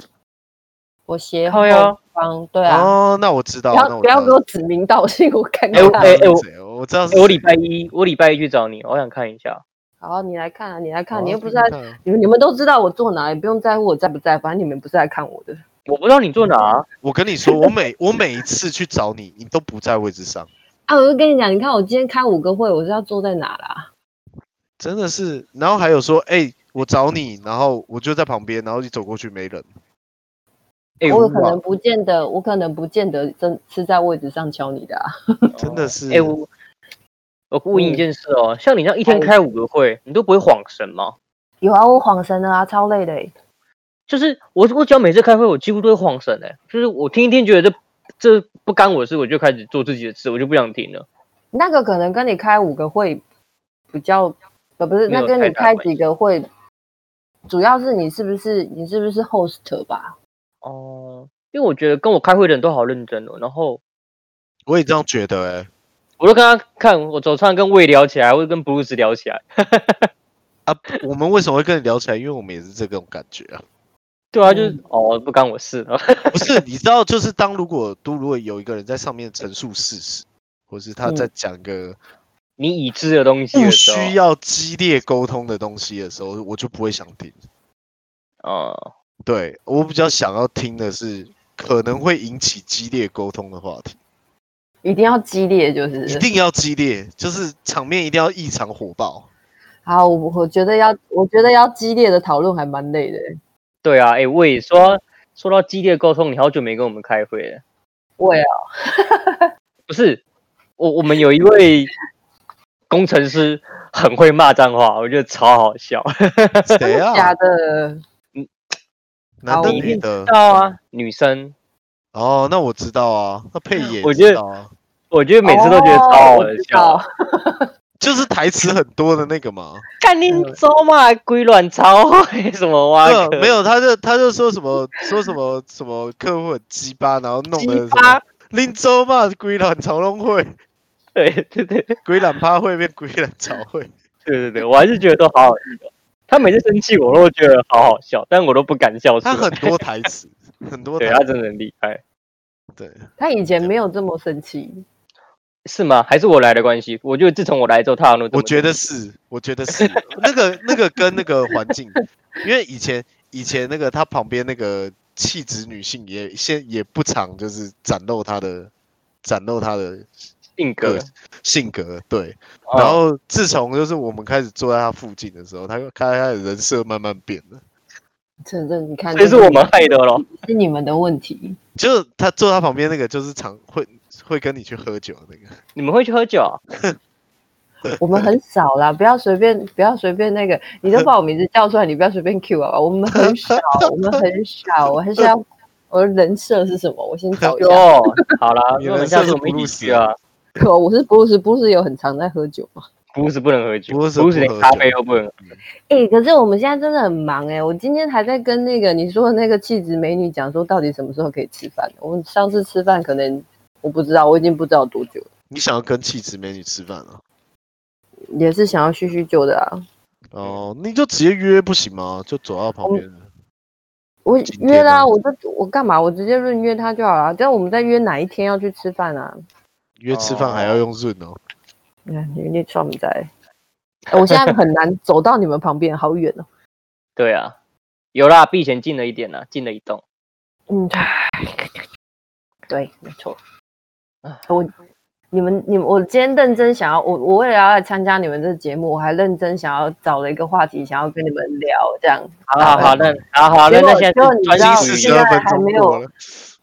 [SPEAKER 5] 我斜后
[SPEAKER 3] 靠腰
[SPEAKER 5] 方，对啊，
[SPEAKER 1] 哦，那我知道，
[SPEAKER 5] 不
[SPEAKER 1] 那
[SPEAKER 5] 要
[SPEAKER 1] 我
[SPEAKER 5] 不要
[SPEAKER 1] 知
[SPEAKER 5] 给
[SPEAKER 1] 道
[SPEAKER 5] 我指名道姓，我尴
[SPEAKER 3] 哎我
[SPEAKER 5] 尬。
[SPEAKER 3] 哎哎我
[SPEAKER 1] 是谁我知道是
[SPEAKER 3] 哎我礼
[SPEAKER 1] 谁，
[SPEAKER 3] 拜一，我礼拜一去找你，我想看一下。
[SPEAKER 5] 好，你来看啊，你来看，
[SPEAKER 1] 哦
[SPEAKER 5] 你又不是
[SPEAKER 1] 给
[SPEAKER 5] 在
[SPEAKER 1] 你，看啊
[SPEAKER 5] 你们你们都知道我坐哪，也不用在乎我在不在，反正你们不是来看我的。
[SPEAKER 3] 我不知道你坐哪啊，
[SPEAKER 1] 我跟你说，我每我每一次去找你，你都不在位置上，
[SPEAKER 5] 啊，我就跟你讲，你看我今天开五个会，我是要坐在哪啦？
[SPEAKER 1] 真的是。然后还有说，哎、我找你，然后我就在旁边，然后你走过去没人。
[SPEAKER 3] 哎、
[SPEAKER 5] 我
[SPEAKER 3] 我
[SPEAKER 5] 可能不见得，我可能不见得真是在位置上敲你的啊。
[SPEAKER 1] 真的是
[SPEAKER 3] 哎、我我问一件事哦，像你这样一天开五个会，你都不会晃神吗？
[SPEAKER 5] 有啊，我晃神了啊，超累的、欸。
[SPEAKER 3] 就是我我只要每次开会，我几乎都会晃神哎、就是我听一听觉得这这不干我的事，我就开始做自己的事，我就不想听了。
[SPEAKER 5] 那个可能跟你开五个会比较，呃，不是，
[SPEAKER 3] 没
[SPEAKER 5] 那
[SPEAKER 3] 有
[SPEAKER 5] 跟
[SPEAKER 3] 太
[SPEAKER 5] 你
[SPEAKER 3] 大
[SPEAKER 5] 开
[SPEAKER 3] 关
[SPEAKER 5] 几个会，主要是你是不是你是不是 host 吧？
[SPEAKER 3] 哦、因为我觉得跟我开会的人都好认真哦，然后
[SPEAKER 1] 我也这样觉得、哎，
[SPEAKER 3] 我就跟他看我早上跟魏聊起来，或者跟 Bruce 聊起来，
[SPEAKER 1] 啊，我们为什么会跟你聊起来？因为我们也是这种感觉啊。
[SPEAKER 3] 对啊，就是、
[SPEAKER 1] 嗯
[SPEAKER 3] 哦 不干我事了。
[SPEAKER 1] 不是，你知道，就是当如果都如果有一个人在上面陈述事实，或是他在讲个
[SPEAKER 3] 你已知的东西
[SPEAKER 1] 不
[SPEAKER 3] 的时候，
[SPEAKER 1] 需要激烈沟通的东西的时候，我就不会想听。
[SPEAKER 3] 哦、
[SPEAKER 1] 对我比较想要听的是可能会引起激烈沟通的话题，
[SPEAKER 5] 一定要激烈，就
[SPEAKER 1] 一
[SPEAKER 5] 是。
[SPEAKER 1] 定要激烈，就是场面一定要异常火爆。
[SPEAKER 5] 好，我我觉得要，我觉得要激烈的讨论还蛮累的欸。
[SPEAKER 3] 对啊，哎、魏说说到激烈沟通，你好久没跟我们开会了，
[SPEAKER 5] 我啊，
[SPEAKER 3] 不是？我我们有一位工程师很会骂脏话，我觉得超好笑。
[SPEAKER 1] 谁
[SPEAKER 5] 假
[SPEAKER 1] 啊？
[SPEAKER 5] 的，
[SPEAKER 1] 男的
[SPEAKER 5] 好
[SPEAKER 1] 女的？
[SPEAKER 3] 到啊，女生，
[SPEAKER 1] 哦，那我知道啊，那配演、
[SPEAKER 3] 我觉得
[SPEAKER 1] 啊、
[SPEAKER 3] 我觉得每次都觉得超好
[SPEAKER 5] 哦我知
[SPEAKER 3] 笑。啊
[SPEAKER 5] 道
[SPEAKER 1] 就是台词很多的那个嘛。
[SPEAKER 3] 干你走嘛，鬼卵超会什么哇？
[SPEAKER 1] 没有没有，他就他就说什么 说什么什么客户很鸡巴，然后弄
[SPEAKER 3] 鸡
[SPEAKER 1] 的什么
[SPEAKER 3] 巴，
[SPEAKER 1] 林州嘛，鬼卵长龙会，
[SPEAKER 3] 对对对对
[SPEAKER 1] 鬼卵趴会变鬼卵潮会。
[SPEAKER 3] 对对，我还是觉得都好好笑。他每次生气，我都觉得好好笑，但我都不敢笑出
[SPEAKER 1] 他
[SPEAKER 3] 来。
[SPEAKER 1] 很多台词，很多
[SPEAKER 3] 对啊
[SPEAKER 1] 台
[SPEAKER 3] 他
[SPEAKER 1] 词
[SPEAKER 3] 真的很厉害，
[SPEAKER 1] 对。
[SPEAKER 5] 他以前没有这么生气。
[SPEAKER 3] 是吗？还是我来的关系？我觉得自从我来之后，他好像都这么
[SPEAKER 1] 我觉得是，我觉得是那个那个跟那个环境，因为以前以前那个他旁边那个气质女性也现也不常就是展露她的展露她的
[SPEAKER 3] 性格
[SPEAKER 1] 个。性格，对。
[SPEAKER 3] 哦
[SPEAKER 1] 然后自从就是我们开始坐在他附近的时候，他他开始人设慢慢变了，
[SPEAKER 5] 真的，你看，
[SPEAKER 3] 这是我们害的咯。
[SPEAKER 5] 是你们的问题。
[SPEAKER 1] 就是他坐他旁边那个就是常会会跟你去喝酒的那个，
[SPEAKER 3] 你们会去喝酒啊？
[SPEAKER 5] 我们很少啦，不要随便，不要随便那个，你都把我名字叫出来，你不要随便 Q 啊。我们很少，我们很少，我还是要我的人设是什么？我先找一
[SPEAKER 3] 有
[SPEAKER 5] 下。，
[SPEAKER 3] 好啦，
[SPEAKER 1] 你们
[SPEAKER 3] 那我们下
[SPEAKER 1] 是
[SPEAKER 3] 次我们一
[SPEAKER 1] Bruce
[SPEAKER 3] 起去啊。
[SPEAKER 5] 可我是不是不是有很常在喝酒吗？
[SPEAKER 3] 不是不能喝酒，
[SPEAKER 1] Bruce
[SPEAKER 3] 不
[SPEAKER 1] 不
[SPEAKER 3] 是连
[SPEAKER 1] 喝
[SPEAKER 3] 咖
[SPEAKER 1] 酒
[SPEAKER 3] 啡都不能喝。
[SPEAKER 5] 哎、可是我们现在真的很忙哎、我今天还在跟那个你说的那个气质美女讲说，到底什么时候可以吃饭？我们上次吃饭可能我不知道，我已经不知道多久了，
[SPEAKER 1] 你想要跟气质美女吃饭啊？
[SPEAKER 5] 也是想要叙叙旧的啊。
[SPEAKER 1] 哦，
[SPEAKER 3] 嗯
[SPEAKER 1] 你就直接约不行吗？就走到旁
[SPEAKER 3] 哦
[SPEAKER 5] 我们
[SPEAKER 1] 边。
[SPEAKER 5] 我
[SPEAKER 1] 今天
[SPEAKER 5] 约啦、
[SPEAKER 1] 吗
[SPEAKER 5] 我这我干嘛？我直接论约他就好了。但我们在约哪一天要去吃饭啊？
[SPEAKER 1] 约吃饭还要用润哦。
[SPEAKER 5] 哎，你你算不在、哎 我现在很难走到你们旁边，好远哦。
[SPEAKER 3] 对啊，有啦，比以前近了一点啦，近了一栋。
[SPEAKER 5] 嗯，唉对，没错。
[SPEAKER 1] 嗯
[SPEAKER 5] 我你们你们，我今天认真想要，我我为了要来参加你们这个节目，我还认真想要找了一个话题，想要跟你们聊这样。
[SPEAKER 3] 好好啊好，那好好那那现
[SPEAKER 5] 结果结果
[SPEAKER 3] 在
[SPEAKER 5] 你
[SPEAKER 3] 专
[SPEAKER 5] 知
[SPEAKER 1] 已
[SPEAKER 5] 道
[SPEAKER 1] 经
[SPEAKER 3] 心
[SPEAKER 5] 我
[SPEAKER 1] 四
[SPEAKER 3] 于
[SPEAKER 1] 十
[SPEAKER 5] 现
[SPEAKER 1] 二
[SPEAKER 5] 在
[SPEAKER 1] 分
[SPEAKER 5] 还
[SPEAKER 1] 钟
[SPEAKER 5] 没有
[SPEAKER 1] 过了，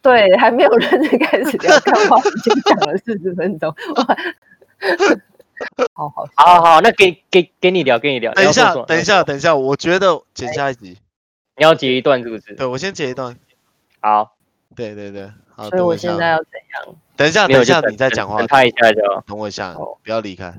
[SPEAKER 5] 对，还没有认真开始聊，干嘛已经讲了四十分钟？ 好好笑
[SPEAKER 3] 好好好，那给给给你聊，给你聊。
[SPEAKER 1] 等一
[SPEAKER 3] 你要
[SPEAKER 1] 下
[SPEAKER 3] 说什，么
[SPEAKER 1] 等一，下，等一下，
[SPEAKER 5] 哎
[SPEAKER 1] 我觉得剪下一集，
[SPEAKER 3] 你要截一段是不是？
[SPEAKER 1] 对我先剪一段。
[SPEAKER 3] 好，
[SPEAKER 1] 对对对，好，
[SPEAKER 5] 所以
[SPEAKER 1] 等
[SPEAKER 5] 我
[SPEAKER 1] 一下
[SPEAKER 5] 现在要怎样？
[SPEAKER 1] 等一下，
[SPEAKER 3] 没有
[SPEAKER 1] 等一下
[SPEAKER 3] 就等
[SPEAKER 1] 你再讲话
[SPEAKER 3] 等，他一下就好。
[SPEAKER 1] 等我一下
[SPEAKER 3] 好，
[SPEAKER 1] 不要离开。